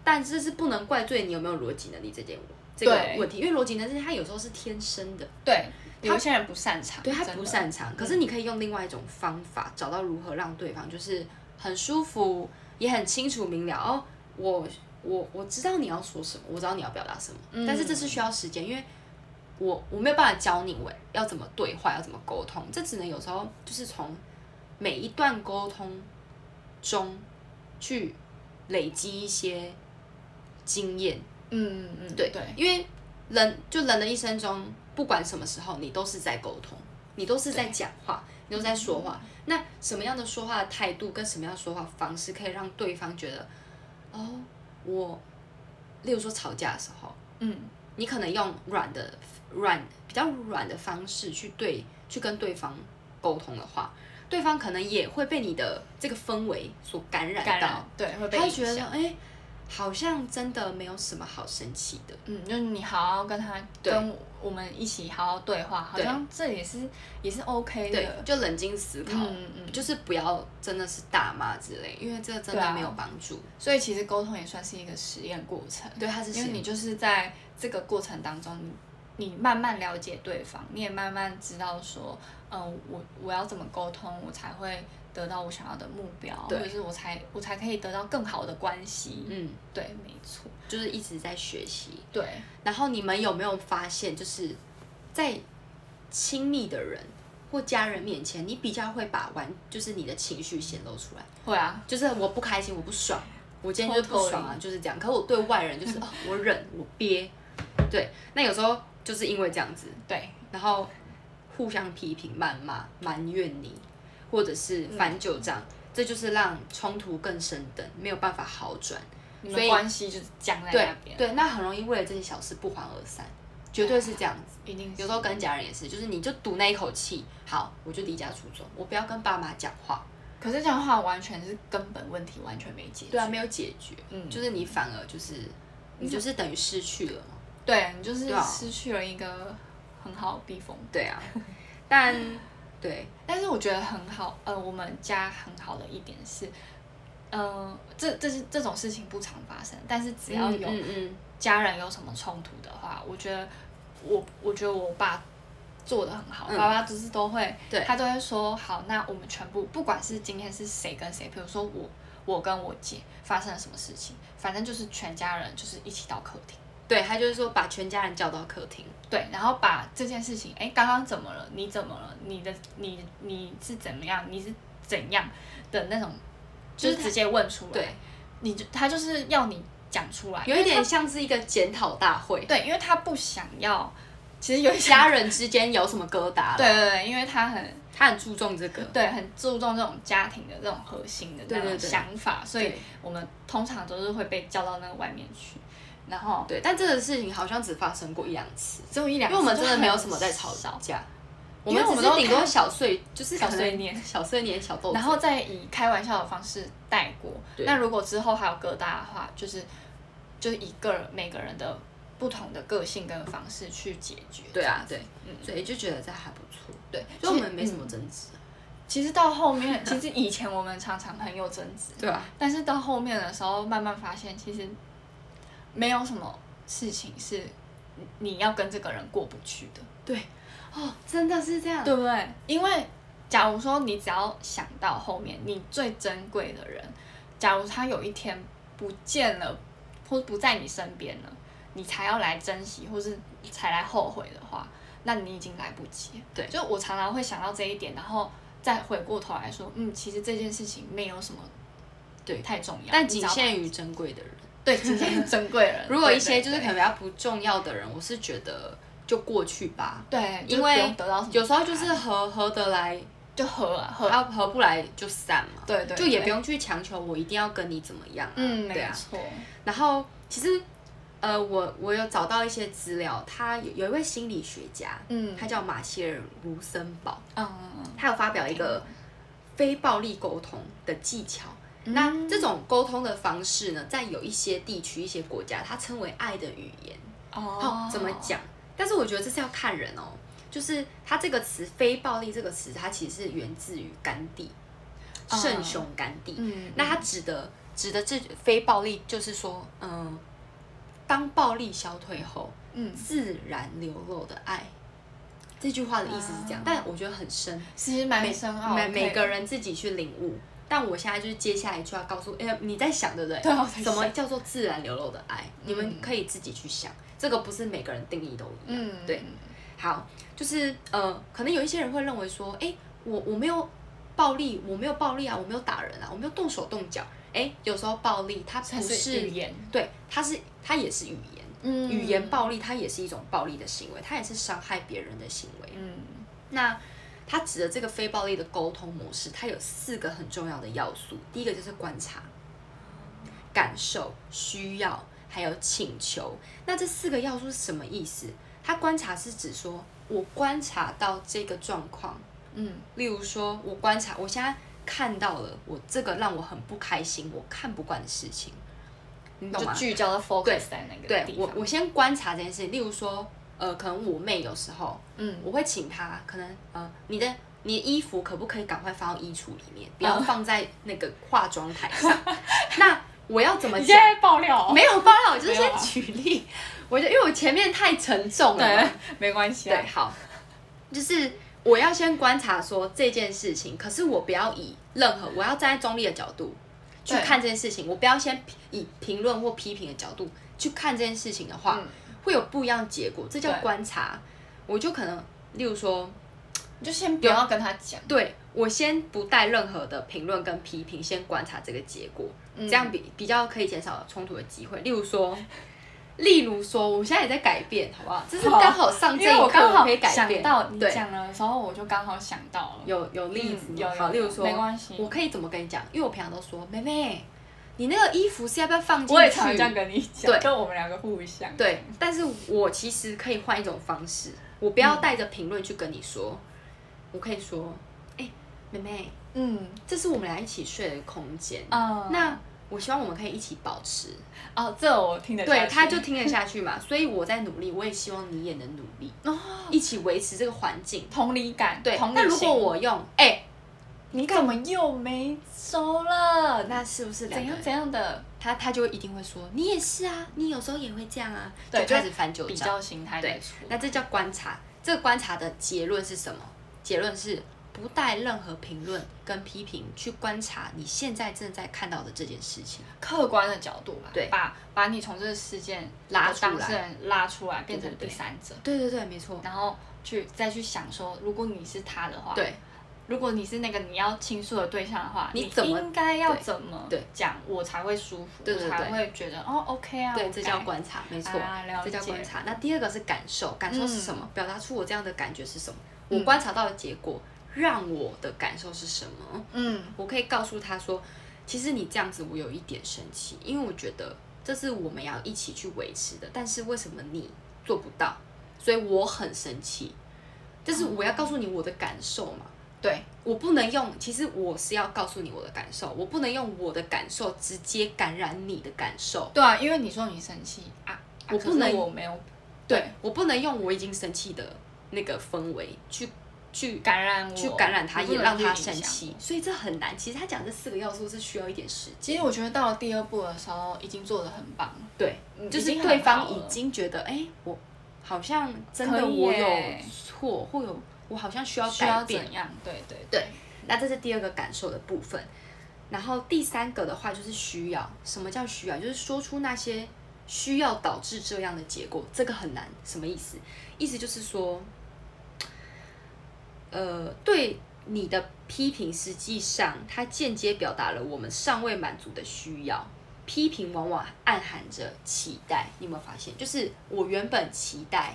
A: 但这是不能怪罪你有没有逻辑能力这件这个
B: 对
A: 问题，因为逻辑能力它有时候是天生的，
B: 对，有些人不擅长，
A: 对他
B: 真的嗯
A: 不擅长，可是你可以用另外一种方法，找到如何让对方就是很舒服，也很清楚明了哦，我我我知道你要说什么，我知道你要表达什么，
B: 嗯
A: 但是这是需要时间，因为我我没有办法教你我要怎么对话，要怎么沟通，这只能有时候就是从每一段沟通中去累积一些经验，
B: 嗯嗯，
A: 对
B: 对
A: 因为人就人的一生中，不管什么时候，你都是在沟通，你都是在讲话，你都在说话。
B: 嗯
A: 那什么样的说话的态度跟什么样的说话方式，可以让对方觉得，哦，我，例如说吵架的时候，
B: 嗯，
A: 你可能用软的软比较软的方式去对去跟对方沟通的话，对方可能也会被你的这个氛围所感染到，
B: 感染对会被
A: 他会
B: 影
A: 觉得
B: 响
A: 哎、好像真的没有什么好生气的。
B: 嗯，就是你好好跟他
A: 对
B: 跟我们一起好好对话，好
A: 对
B: 像这也是也是 OK
A: 对
B: 的，。
A: 就冷静思考，
B: 嗯嗯，
A: 就是不要真的是大骂之类，因为这真
B: 对啊
A: 的没有帮助。
B: 所以其实沟通也算是一个实验过程，
A: 对，它是
B: 啊因为你就是在这个过程当中，你你慢慢了解对方，你也慢慢知道说，嗯、我我要怎么沟通，我才会得到我想要的目标，或
A: 对
B: 者是我才我才可以得到更好的关系。
A: 嗯，
B: 对，没错，
A: 就是一直在学习。
B: 对，
A: 然后你们有没有发现，就是在亲密的人或家人面前，你比较会把完就是你的情绪显露出来，
B: 会啊，
A: 就是我不开心，我不爽，我今天就是不爽啊，就是这样。可我对外人就是、哦、我忍，我憋。对，那有时候就是因为这样子，
B: 对，
A: 然后互相批评、谩骂、埋怨你，或者是翻旧账，这就是让冲突更升等，没有办法好转。
B: 你
A: 所
B: 们
A: 以
B: 关系就是僵在
A: 对
B: 那边，
A: 对，那很容易为了这些小事不欢而散，绝对是这样子。
B: 一定是
A: 有时候跟家人也是，就是你就赌那一口气，好，我就离家出走，我不要跟爸妈讲话。
B: 可是这样的话，完全是根本问题完全没解决。
A: 对啊，没有解决，
B: 嗯
A: 就是你反而就是你就是等于失去了嘛。
B: 对你就是
A: 对啊
B: 失去了一个很好的避风。
A: 对啊，但 嗯对，
B: 但是我觉得很好，呃，我们家很好的一点是，呃，这这是这种事情不常发生，但是只要有
A: 嗯嗯
B: 家人有什么冲突的话，我觉得我我觉得我爸做的很好，
A: 嗯
B: 爸爸就是都会，
A: 对
B: 他都会说好，那我们全部不管是今天是谁跟谁，比如说我我跟我姐发生了什么事情，反正就是全家人就是一起到客厅。
A: 嗯对他就是说把全家人叫到客厅。
B: 对，然后把这件事情，哎，刚刚怎么了？你怎么了？你的你你是怎么样？你是怎样的那种，
A: 就
B: 就
A: 是
B: 是
A: 他
B: 直接问出来。
A: 对，
B: 你就他就是要你讲出来，
A: 有一
B: 因为
A: 点像是一个检讨大会
B: 他，对，因为他不想要，其实有一些
A: 家人之间有什么疙瘩？
B: 对，对对，因为他很
A: 他很注重这个。
B: 对很注重这种家庭的这种核心的
A: 对
B: 那
A: 对
B: 种
A: 对
B: 想法，所以
A: 对
B: 我们通常都是会被叫到那个外面去，然后
A: 对，但这个事情好像只发生过一两次，
B: 只有一
A: 因
B: 两，
A: 为我们真的没有什么在吵
B: 吵。
A: 架。我
B: 因为
A: 们
B: 我
A: 只是
B: 们都
A: 顶多
B: 看
A: 小碎，就是
B: 小
A: 可能
B: 碎念、
A: 小碎念、小豆子。
B: 然后再以开玩笑的方式带过。
A: 哦对
B: 那如果之后还有疙瘩的话，就是就是以个人每个人的不同的个性跟方式去解决。
A: 对啊，对，
B: 嗯
A: 所以就觉得这还不错。
B: 对，
A: 所以我们
B: 其嗯
A: 没什么争执。
B: 其实到后面，其实以前我们常常很有争 执，
A: 对啊，
B: 但是到后面的时候，慢慢发现其实没有什么事情是你你要跟这个人过不去的，
A: 哦，真的是这样。
B: 对不对？因为假如说你只要想到后面，你最珍贵的人，假如他有一天不见了，或不在你身边了，你才要来珍惜，或是才来后悔的话，那你已经来不及了。
A: 对
B: 就我常常会想到这一点，然后再回过头来说，嗯，其实这件事情没有什么
A: 对
B: 太重要，
A: 但
B: 你只
A: 仅
B: 要
A: 限于珍贵的人。
B: 对，仅限于珍 贵人。
A: 如果一
B: 呃对
A: 些
B: 对
A: 就是可
B: 对
A: 能比较不重要的人，我是觉得就过去吧。
B: 对，就
A: 因
B: 不
A: 为
B: 用得到什么
A: 有时候就是
B: 答案
A: 合合得来，
B: 就合啊合，
A: 合合不来就散嘛。
B: 对对，
A: 就也
B: 对
A: 不用去强求我一定要跟你怎么样、啊。
B: 嗯，
A: 对
B: 没
A: 啊。
B: 错，
A: 然后其实，呃，我我有找到一些资料，他有有一位心理学家，
B: 嗯
A: 他叫马歇尔·卢森堡，
B: 嗯嗯
A: 他有发表一个非暴力沟通的技巧。
B: 嗯
A: 那
B: 嗯
A: 这种沟通的方式呢，在有一些地区、一些国家，它称为爱的语言。
B: 哦
A: 哦，怎么？讲？但是我觉得这是要看人哦。就是它这个词“非暴力”这个词，它其实是源自于甘地，
B: 嗯
A: 圣雄甘地。
B: 嗯，
A: 那它指的指的这非暴力，就是说，嗯，当暴力消退后，
B: 嗯
A: 自然流露的爱。这句话的意思是这样，
B: 啊
A: 但我觉得很深，
B: 其实蛮深奥，
A: 每每
B: 对
A: 个人自己去领悟。但我现在就是接下来就要告诉，哎、呀，你在想对不对？
B: 对哦我在
A: 什么
B: 想
A: 叫做自然流露的爱？你们
B: 嗯
A: 可以自己去想，这个不是每个人定义都一样。
B: 嗯
A: 对，好，就是呃，可能有一些人会认为说，哎、我我没有暴力，我没有暴力啊，我没有打人啊，我没有动手动脚。哎、有时候暴力它
B: 才
A: 不
B: 是
A: 是
B: 语，言，
A: 对，它是它也是语言，
B: 嗯
A: 语言，暴力它也是一种暴力的行为，它也是伤害别人的行为。
B: 嗯
A: 那它指的这个非暴力的沟通模式，它有四个很重要的要素。第一个就是观察、感受、需要，还有请求。那这四个要素是什么意思？它观察是指说我观察到这个状况，
B: 嗯
A: 例如说我观察，我现在看到了我这个让我很不开心、我看不惯的事情，你懂
B: 就
A: 吗？
B: 聚焦的 focus 在那个
A: 对
B: 地
A: 我，
B: 方，
A: 我先观察这件事情。例如说，呃，可能我妹有时候
B: 嗯
A: 我会请他，可能呃，你的你的衣服可不可以赶快放到衣橱里面，
B: 嗯
A: 不要放在那个化妆台 上？那我要怎么
B: 你现
A: 讲？
B: 在爆料 哦，
A: 没有爆料，我就是
B: 没有啊
A: 先举例。我就因为我前面太沉重了嘛，
B: 对，没关系啊，
A: 对，好，就是我要先观察说这件事情，可是我不要以任何我要站在中立的角度去
B: 对
A: 看这件事情，我不要先以评论或批评的角度去看这件事情的话，
B: 嗯
A: 会有不一样的结果，这叫
B: 对
A: 观察。我就可能，例如说，
B: 你就先不要跟他讲，
A: 对我先不带任何的评论跟批评，先观察这个结果，
B: 嗯
A: 这样比比较可以减少冲突的机会。例如说，例如说，我现在也在改变，好不好？这是
B: 好
A: 刚好上这
B: 因为
A: 一
B: 我
A: 课，
B: 刚好
A: 可以改
B: 想
A: 变。
B: 到你
A: 对
B: 讲了的时候，我就刚好想到了，
A: 有有例子
B: 嗯
A: 吗、
B: 有
A: 好，
B: 有
A: 例如
B: 有
A: 说，
B: 没关系
A: 我可以怎么跟你讲？因为我平常都说，妹妹，你那个衣服是要不要放进去？
B: 我也常这样跟你讲，
A: 对
B: 就我们两个互相，
A: 对，但是我其实可以换一种方式，我不要带着评论去跟你说，我可以说，哎、妹妹，
B: 嗯
A: 这是我们俩一起睡的空间，
B: 啊，
A: 那我希望我们可以一起保持。
B: 哦，这我听得
A: 对，
B: 下去
A: 他就听得下去嘛， 所以我在努力，我也希望你也能努力，
B: 哦
A: 一起维持这个环境。
B: 同理感，
A: 对
B: 同，理
A: 那如
B: 心
A: 果我用，哎、
B: 你怎么又没收了？那
A: 哦那是不是两
B: 怎
A: 个
B: 样
A: 人
B: 怎样的
A: 他他就一定会说，你也是啊，你有时候也会这样啊，
B: 对
A: 就开始翻旧
B: 比
A: 账。
B: 较形态
A: 对
B: 的出，？
A: 那这叫观察。这个观察的结论是什么？结论是不带任何评论跟批评去观察你现在正在看到的这件事情。
B: 客观的角度吧，
A: 对
B: 把把你从这个事件
A: 拉
B: 的
A: 出
B: 当
A: 来
B: 事人拉出来，
A: 对
B: 变
A: 对
B: 成第
A: 对
B: 三者，
A: 对对对，没错。
B: 然后去再去想说，如果你是他的话，，
A: 对
B: 如果你是那个你要倾诉的对象的话，
A: 你
B: 你
A: 怎么
B: 应该要
A: 对
B: 怎么
A: 对
B: 讲，我才会舒服，
A: 对对
B: 我才
A: 对
B: 会觉得哦，OK 啊，
A: 对，
B: 我
A: 这
B: 改
A: 叫观察，没错。
B: 啊，了
A: 这
B: 解，
A: 叫观察。那第二个是感受，感受是
B: 嗯
A: 什么？表达出我这样的感觉是什么？
B: 嗯
A: 我观察到的结果让我的感受是什么？
B: 嗯
A: 我可以告诉他说，其实你这样子我有一点生气，因为我觉得这是我们要一起去维持的，但是为什么你做不到？所以我很生气。但是我要告诉你我的感受嘛，
B: 对，
A: 我不能用，其实我是要告诉你我的感受，我不能用我的感受直接感染你的感受，
B: 对啊，因为你说你生气啊，啊
A: 我
B: 可
A: 不
B: 是
A: 能
B: 我没有
A: 对我不能用我已经生气的那个氛围去去
B: 感染我，
A: 去感染他，
B: 我不
A: 也
B: 能
A: 让
B: 去
A: 他
B: 影
A: 生
B: 响
A: 气，所以这很难。其实他讲这四个要素是需要一点时间，
B: 其实我觉得到了第二步的时候，已经做的很棒了，
A: 对，
B: 嗯
A: 就
B: 已
A: 是
B: 经很
A: 对方
B: 好
A: 已
B: 了
A: 经觉得，哎、我好像真的
B: 可以
A: 我有
B: 耶
A: 错，或有我好像需要
B: 需
A: 改
B: 要
A: 变，
B: 怎样？对对
A: 对，那这是第二个感受的部分。然后第三个的话就是需要，什么叫需要？就是说出那些需要导致这样的结果，这个很难。什么意思？意思就是说，呃，对你的批评，实际上它间接表达了我们尚未满足的需要。批评往往暗含着期待，你有没有发现？就是我原本期待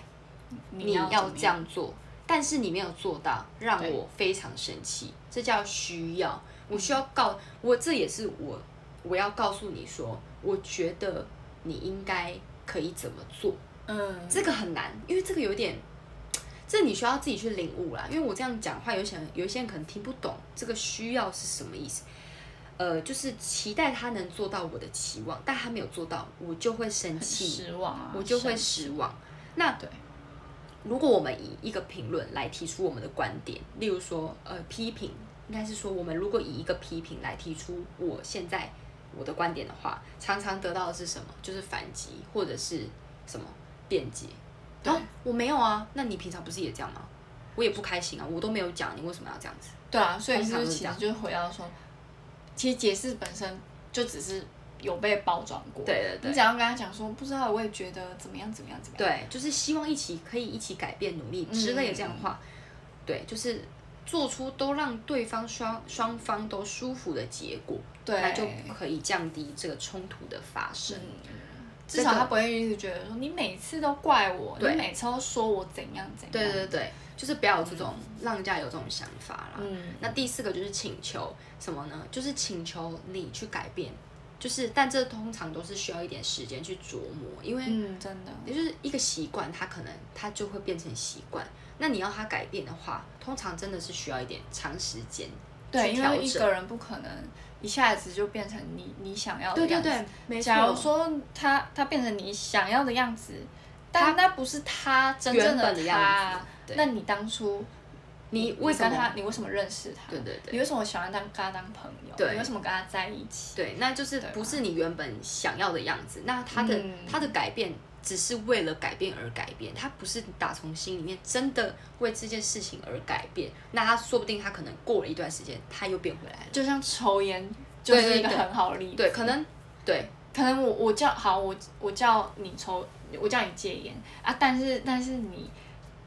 A: 你
B: 要
A: 要
B: 怎么
A: 这样做，但是你没有做到，让
B: 对
A: 我非常生气。这叫需要，我需要告我，这也是我我要告诉你说，我觉得你应该可以怎么做。
B: 嗯，
A: 这个很难，因为这个有点，这你需要自己去领悟啦。因为我这样讲话，有些人有一些人可能听不懂这个需要是什么意思。呃，就是期待他能做到我的期望，但他没有做到，我就会生
B: 很
A: 气，
B: 失望啊，
A: 我就会
B: 生
A: 失望。那
B: 对
A: 如果我们以一个评论来提出我们的观点，例如说，呃，批评，应该是说我们如果以一个批评来提出我现在我的观点的话，常常得到的是什么？就是反击或者是什么辩解。
B: 对
A: 啊，我没有啊，那你平常不是也这样吗？我也不开心啊，我都没有讲，你为什么要这样子？
B: 对啊，所以
A: 通
B: 就
A: 常
B: 是
A: 都是这
B: 其实
A: 样
B: 就是回到说，其实解释本身就只是有被包装过，
A: 对
B: 你只要跟他讲说不知道，我也觉得怎么样怎么样怎么样，
A: 对，就是希望一起可以一起改变、努力之类的这样的
B: 嗯
A: 话，对，就是做出都让对方双双方都舒服的结果，
B: 对
A: 那就可以降低这个冲突的发生。
B: 嗯至少他不会一直觉得说你每次都怪我，你
A: 对
B: 每次都说我怎样怎样，
A: 对对对，就是不要有这种、让人家有这种想法啦。
B: 嗯，
A: 那第四个就是请求什么呢？就是请求你去改变，就是但这通常都是需要一点时间去琢磨，因为
B: 嗯，真的，
A: 也就是一个习惯，它可能它就会变成习惯。那你要它改变的话，通常真的是需要一点长时间
B: 对，
A: 去
B: 因
A: 调
B: 为一
A: 整。
B: 个人不可能一下子就变成你你想要的
A: 对对
B: 样子。
A: 对，没
B: 假如
A: 错。
B: 说他他变成你想要的样子，但那不是他真正
A: 原本的
B: 的
A: 样子
B: 他
A: 对，
B: 那你当初
A: 你为什
B: 跟
A: 么？
B: 他你为什么认识他？
A: 对对对
B: 你为什么喜欢当跟他当朋友？
A: 对
B: 你为什么跟他在一起？
A: 对，那就是
B: 对啊
A: 不是你原本想要的样子。那它的
B: 嗯
A: 它的改变只是为了改变而改变，它不是打从心里面真的为这件事情而改变。那他说不定他可能过了一段时间，他又变回来了。
B: 就像抽烟就是一
A: 对对
B: 个
A: 对
B: 很好的例子。
A: 对，可能对
B: 可能我我叫好我我叫你抽，我叫你戒烟啊，但是但是你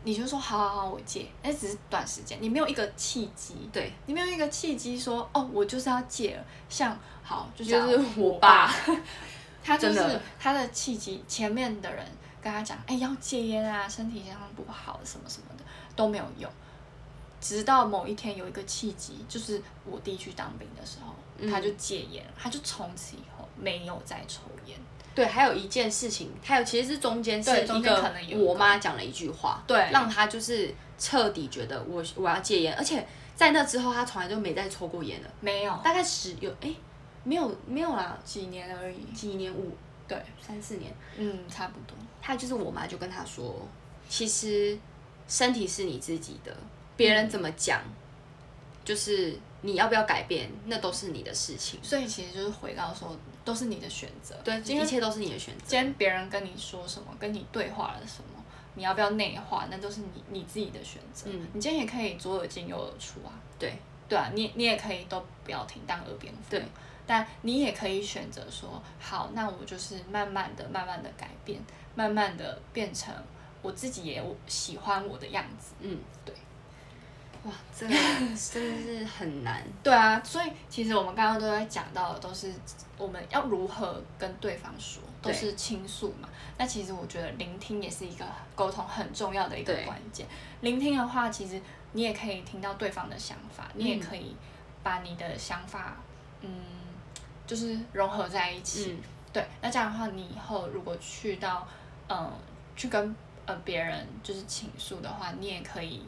B: 你就说好好好我戒，那只是短时间，你没有一个契机，
A: 对，
B: 你没有一个契机说哦我就是要戒了，像好就
A: 就
B: 像
A: 是我
B: 我
A: 爸，
B: 他就
A: 真
B: 是
A: 的
B: 他的契机，前面的人跟他讲，哎、要戒烟啊，身体健康不好，什么什么的都没有用。直到某一天有一个契机，就是我弟去当兵的时候，
A: 嗯
B: 他就戒烟了，他就从此以后没有再抽烟。
A: 对，还有一件事情，还有其实是中间是
B: 对
A: 一
B: 中间可
A: 个
B: 能有一个
A: 我妈讲了一句话，
B: 对
A: 让她就是彻底觉得我我要戒烟，而且在那之后她从来就没再抽过烟了，
B: 没有，
A: 大概十有哎、没有没有啦，
B: 几年而已。
A: 几年五
B: 对，
A: 三四年，
B: 嗯，差不多。
A: 她就是我妈就跟她说，其实身体是你自己的，别人怎么讲，就是你要不要改变，那都是你的事情，
B: 所以其实就是回到说，都是你的选择。
A: 对，
B: 因
A: 一
B: 为
A: 切都是你的选择，
B: 今天别人跟你说什么，跟你对话了什么，你要不要内化，那都是你你自己的选择。
A: 嗯
B: 你今天也可以左耳进右耳出啊。
A: 对
B: 对啊，你你也可以都不要听，当耳边风。
A: 对，
B: 但你也可以选择说，好，那我就是慢慢的、慢慢的改变，慢慢的变成我自己也喜欢我的样子。
A: 嗯，
B: 对。
A: 哇，这个真的是很难。
B: 对啊，所以其实我们刚刚都在讲到的都是我们要如何跟对方说，都
A: 对
B: 是倾诉嘛。那其实我觉得聆听也是一个沟通很重要的一个
A: 对
B: 关键。聆听的话，其实你也可以听到对方的想法，你也
A: 嗯
B: 可以把你的想法，嗯，就是融合在一起。
A: 嗯，
B: 对，那这样的话，你以后如果呃去到，嗯、去跟呃别人就是倾诉的话，你也可以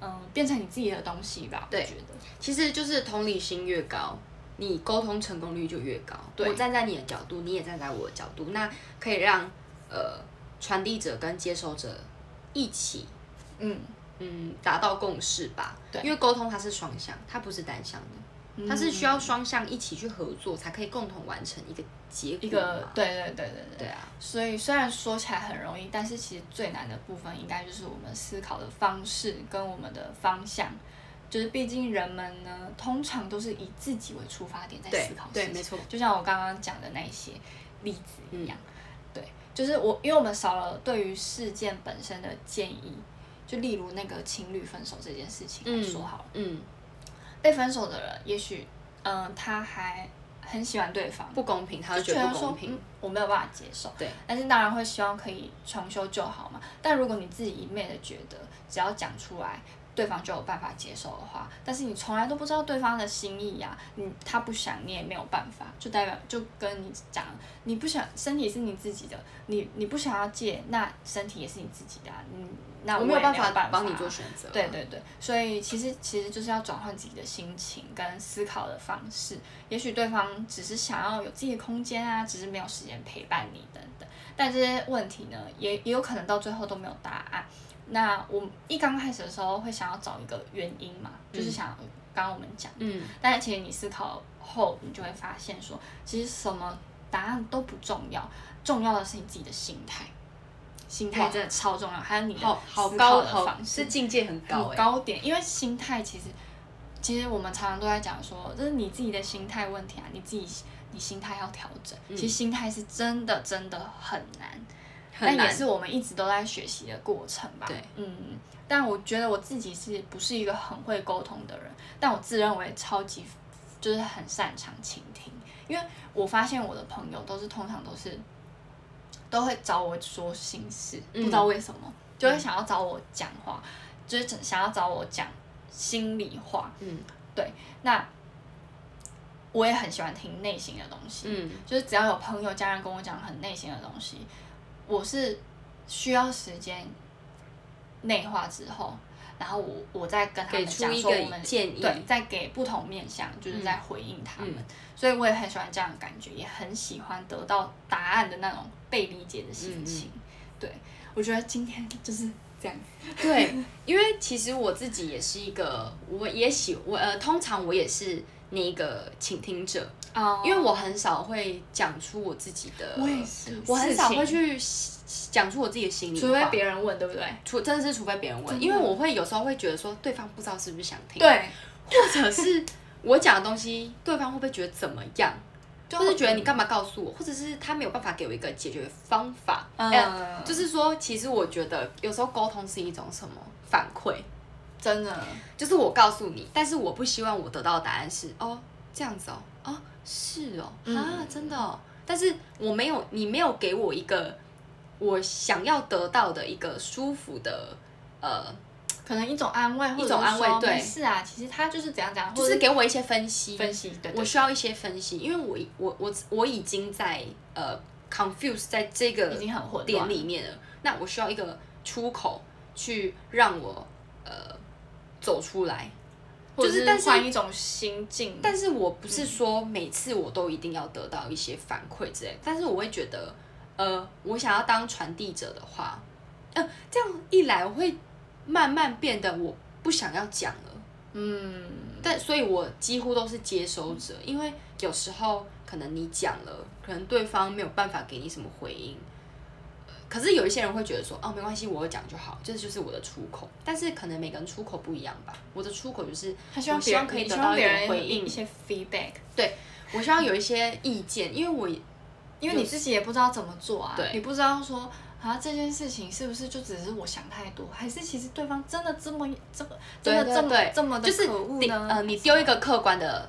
B: 嗯、变成你自己的东西吧。
A: 对
B: 我觉得
A: 其实就是同理心越高，你沟通成功率就越高。
B: 对
A: 我站在你的角度，你也站在我的角度，那可以让呃传递者跟接收者一起
B: 嗯，
A: 嗯达到共识吧。
B: 对嗯
A: 因为沟通它是双向，它不是单向的，它是需要双向一起去合作，才可以共同完成一个结果嘛。
B: 一个对对对对对。
A: 嗯对啊，
B: 所以虽然说起来很容易，但是其实最难的部分应该就是我们思考的方式跟我们的方向，就是毕竟人们呢通常都是以自己为出发点在
A: 对
B: 思考事
A: 对，
B: 情，
A: 没错，嗯
B: 就像我刚刚讲的那一些例子一样，对，就是我因为我们少了对于事件本身的建议，就例如那个情侣分手这件事情来说好了，
A: 嗯，
B: 被分手的人也许，嗯、他还很喜欢对方，
A: 不公平，他
B: 就
A: 就
B: 觉
A: 觉得
B: 得
A: 不
B: 说
A: 公，平
B: 嗯。，我没有办法接受。
A: 对，
B: 但是当然会希望可以重修旧好嘛。但如果你自己一昧的觉得只要讲出来，对方就有办法接受的话，但是你从来都不知道对方的心意呀、你他不想你也没有办法，就代表就跟你讲，你不想身体是你自己的，你你不想要戒，那身体也是你自己的、啊，嗯，那
A: 我
B: 没有
A: 办
B: 法
A: 法帮你
B: 啊
A: 做选择。
B: 对，对对，所以其实其实就是要转换自己的心情跟思考的方式。也许对方只是想要有自己的空间啊，只是没有时间陪伴你等等。但这些问题呢，也也有可能到最后都没有答案。那我们一刚开始的时候会想要找一个原因嘛，就是想刚刚我们讲，
A: 嗯，
B: 但是其实你思考后，你就会发现说，其实什么答案都不重要，重要的是你自己的心态。心态
A: 哇
B: 真的超重要，还有你的
A: 好好
B: 思考
A: 高，
B: 的
A: 好
B: 方式
A: 是境界很高
B: 很
A: 哎。
B: 高点，因为心态其实，其实我们常常都在讲说，这是你自己的心态问题啊，你自己你心态要调整。其实
A: 嗯
B: 心态是真的真的很难，
A: 很
B: 但也
A: 难
B: 是我们一直都在学习的过程吧。
A: 对，
B: 嗯，但我觉得我自己是不是一个很会沟通的人，但我自认为超级就是很擅长倾听，因为我发现我的朋友都是通常都是都会找我说心事，
A: 嗯
B: 不知道为什么就会想要找我讲话，就是想要找我讲心里话。
A: 嗯
B: 那我也很喜欢听内心的东西，
A: 嗯，
B: 就是只要有朋友、家人跟我讲很内心的东西，我是需要时间内化之后，然后我我再跟他
A: 给
B: 们
A: 出
B: 讲
A: 一
B: 说我
A: 个
B: 们
A: 建议，嗯
B: 对，再给不同面向，就是在回应他们。所以我也很喜欢这样的感觉，也很喜欢得到答案的那种被理解的
A: 嗯
B: 心情。对，我觉得今天就是这样。
A: 对，因为其实我自己也是一个，我也喜我呃，通常我也是那一个倾听者，
B: 哦
A: 因为我很少会讲出我自己的，
B: 我也是
A: 我很少
B: 事情
A: 会去讲出我自己的心里话，
B: 除非别人问，对不对？
A: 除真的是除非别人问，
B: 真的
A: 因为我会有时候会觉得说对方不知道是不是想听，，
B: 对，
A: 或者是我讲的东西对方会不会觉得怎么样，
B: 就
A: 或是觉得你干嘛告诉我，或者是他没有办法给我一个解决方法，
B: 嗯
A: 哎就是说，其实我觉得有时候沟通是一种什么反馈，
B: 真的，
A: 就是我告诉你，但是我不希望我得到的答案是哦这样子哦，哦是哦啊
B: 嗯
A: 真的哦，但是我没有你没有给我一个我想要得到的一个舒服的呃，
B: 可能一种安慰，或者
A: 一种安慰
B: 是说
A: 对
B: 没事啊，其实他就是怎样怎样，
A: 就
B: 或者
A: 是给我一些分析，
B: 分析，对对
A: 我需要一些分析，因为我已我我我已经在呃 confuse 在这个
B: 已经很混
A: 点
B: 乱，
A: 里面了。那我需要一个出口去让我呃走出来，
B: 或者
A: 就是但是
B: 换一种心境，
A: 但是我不是说每次我都一定要得到一些反馈之类的，但是我会觉得，呃，我想要当传递者的话，呃，这样一来我会慢慢变得我不想要讲了。
B: 嗯，
A: 但所以，我几乎都是接收者，因为有时候可能你讲了，可能对方没有办法给你什么回应。呃可是有一些人会觉得说，哦，没关系，我有讲就好，这就是我的出口。但是可能每个人出口不一样吧。我的出口就是，
B: 他希望
A: 我希
B: 别
A: 望
B: 人
A: 可以
B: 你
A: 得
B: 希望
A: 到一
B: 别
A: 点
B: 人
A: 回
B: 一
A: 应
B: 一，些 feedback，
A: 我希望有一些意见，因为我
B: 因为你自己也不知道怎么做啊，
A: 对
B: 你不知道说啊这件事情是不是就只是我想太多，还是其实对方真的这么这么真的
A: 对
B: 这么
A: 对
B: 这么的
A: 就是
B: 可恶
A: 你
B: 呢？
A: 呃，你丢一个客观的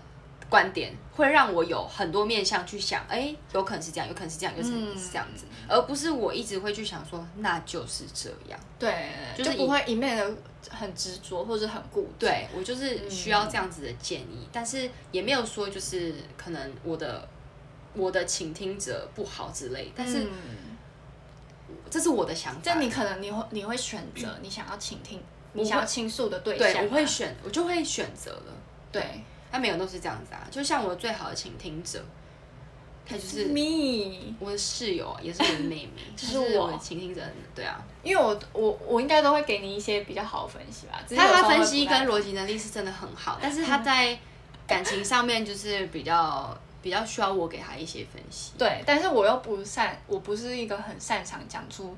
A: 观点，会让我有很多面向去想，哎、有可能是这样，有可能是这样，有可能是这样子，而不是我一直会去想说，那就是这样。
B: 对，
A: 就是
B: 就不会一昧的很执着或者很固执，
A: 对我就是需要这样子的建议，但是也没有说就是可能我的我的倾听者不好之类，但是
B: 嗯
A: 这是我的想法。
B: 但你可能你会你会选择你想要倾听你想要倾诉的
A: 嗯
B: 对
A: 对
B: 象啊、
A: 我会选，我就会选择了。
B: 对，
A: 他每个人都是这样子啊，就像我最好的倾听者，他就是
B: me，
A: 我的室友，啊也是我的 妹妹，
B: 就是
A: 她
B: 我
A: 的倾听者，对啊。
B: 因为我我我应该都会给你一些比较好的分析吧。只是
A: 他
B: 有时
A: 他
B: 候会
A: 分
B: 不
A: 析
B: 太
A: 跟逻辑能力是真的很好，但是他在感情上面就是比较比较需要我给他一些分析。
B: 对，但是我又不擅，我不是一个很擅长讲出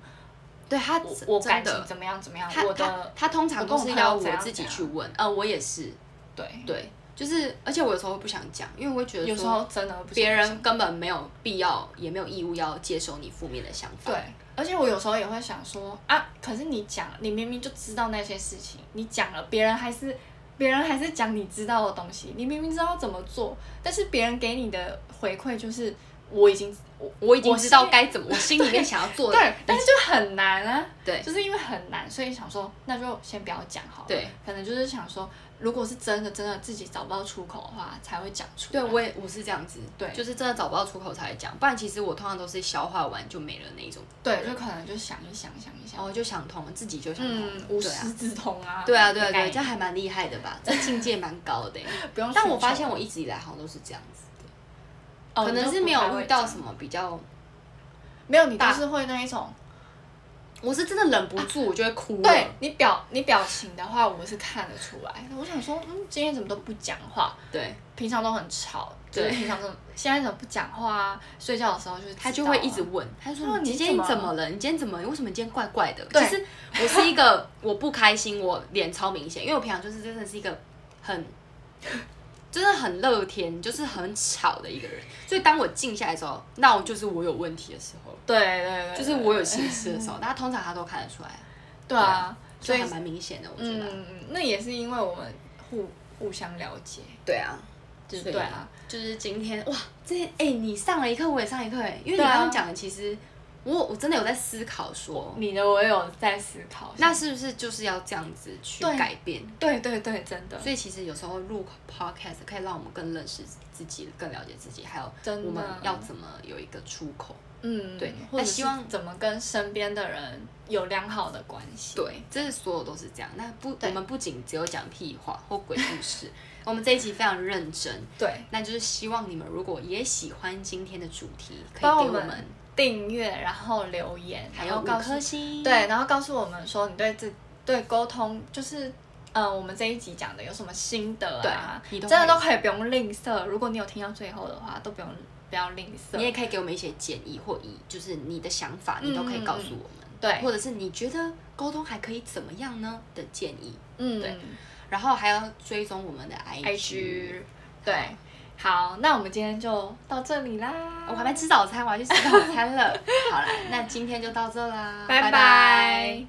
A: 对他
B: 我
A: 真
B: 我
A: 真
B: 感
A: 的
B: 情怎么样怎么样，
A: 他
B: 我
A: 他
B: 的
A: 他通常
B: 我
A: 都
B: 跟我
A: 是
B: 朋友
A: 要
B: 怎
A: 我
B: 样
A: 自己
B: 怎样
A: 去问，呃，我也是，
B: 对，
A: 对，就是而且我有时候不想讲，因为我会觉得
B: 有时
A: 说
B: 候真的不是
A: 别
B: 很
A: 人
B: 想
A: 根本没有必要，也没有义务要接受你负面的想法。
B: 对，而且我有时候也会想说啊，可是你讲，你明明就知道那些事情，你讲了，别人还是别人还是讲你知道的东西，你明明知道怎么做，但是别人给你的回馈就是我已经我
A: 我已经
B: 我
A: 知
B: 心
A: 道
B: 里
A: 该怎么，我心里面想要做的，
B: 对，但是就很难啊，
A: 对
B: 就是因为很难，所以想说那就先不要讲好了。
A: 对，
B: 可能就是想说，如果是真的真的自己找不到出口的话，才会讲出来。
A: 对，我也我是这样子，
B: 对
A: 就是真的找不到出口才讲，不然其实我通常都是消化完就没了那一种，
B: 对，就可能就想一想，想一
A: 然
B: 想，
A: 哦后就想通了，自己就想通了
B: 嗯，，无
A: 对啊
B: 师自通啊。
A: 对啊，对啊，
B: 的
A: 对
B: 概
A: 啊，
B: 念
A: 这样还蛮厉害的吧？这境界蛮高 的欸。
B: 不用寻求。啊
A: 但我发现我一直以来好像都是这样子，
B: 哦
A: 可
B: 你
A: 能
B: 就是不
A: 没
B: 太
A: 有
B: 会
A: 遇到
B: 讲
A: 什么比较，
B: 没有，你就
A: 大
B: 是会那一种，
A: 我是真的忍不住，我就会哭了。
B: 对你表你表情的话，我是看得出来。我想说，嗯，今天怎么都不讲话？
A: 对，
B: 平常都很吵，
A: 对
B: 就是 平常都现在怎么不讲话啊？睡觉的时候就是
A: 他
B: 知
A: 就
B: 道
A: 会
B: 啊
A: 一直问，他
B: 哦
A: 说：“
B: 你
A: 你今天
B: 怎么
A: 怎么了？你今天怎么？为什么你今天怪怪的？”
B: 对
A: 其实我是一个 我不开心，我脸超明显，因为我平常就是真的是一个很。真的很乐天，就是很吵的一个人，所以当我静下来之后，那我就是我有问题的时候，
B: 对对对，
A: 就是我有心事的 时候，那通常他都看得出来，
B: 对啊，
A: 所
B: 所
A: 以
B: 以
A: 还蛮明显的，我觉得。
B: 嗯，那也是因为我们互互相了解，
A: 对啊，
B: 就是
A: 所以
B: 对啊，
A: 就是今天哇，这哎、你上了一课，我也上一课哎，因为你
B: 对啊
A: 刚刚讲的，其实我我真的有在思考说，
B: 你的我有在思考，
A: 那是不是就是要这样子去
B: 对
A: 改变？
B: 对对对，真的，
A: 所以其实有时候录 podcast 可以让我们更认识自己，更了解自己，还有
B: 真的
A: 我们要怎么有一个出口。
B: 嗯，
A: 对那
B: 或者
A: 希
B: 希
A: 望
B: 望怎么跟身边的人有良好的关系，
A: 对，这是所有都是这样。那不，我
B: 对
A: 们不仅只有讲屁话或鬼故事， 我们这一集非常认真。
B: 对，
A: 那就是希望你们如果也喜欢今天的主题，可以
B: 帮
A: 给
B: 我
A: 我
B: 们
A: 们
B: 订阅，然后留言，
A: 还
B: 然
A: 有
B: 后
A: 五
B: 告诉
A: 颗星。
B: 对，然后告诉我们说你对自对沟通就是。呃，我们这一集讲的有什么心得啊？
A: 对你都
B: 真的
A: 可以
B: 都可以不用吝啬。如果你有听到最后的话，都不用不要吝啬。
A: 你也可以给我们一些建议或意，就是你的想法，你都可以告诉我们。
B: 对，
A: 或者是你觉得沟通还可以怎么样呢的建议，
B: 嗯，
A: 对然后还要追踪我们的 IG。
B: IG，对，好，那我们今天就到这里啦，
A: 我还 没吃早餐，我要去吃早餐了。好了，那今天就到这啦，
B: 拜
A: 拜
B: 拜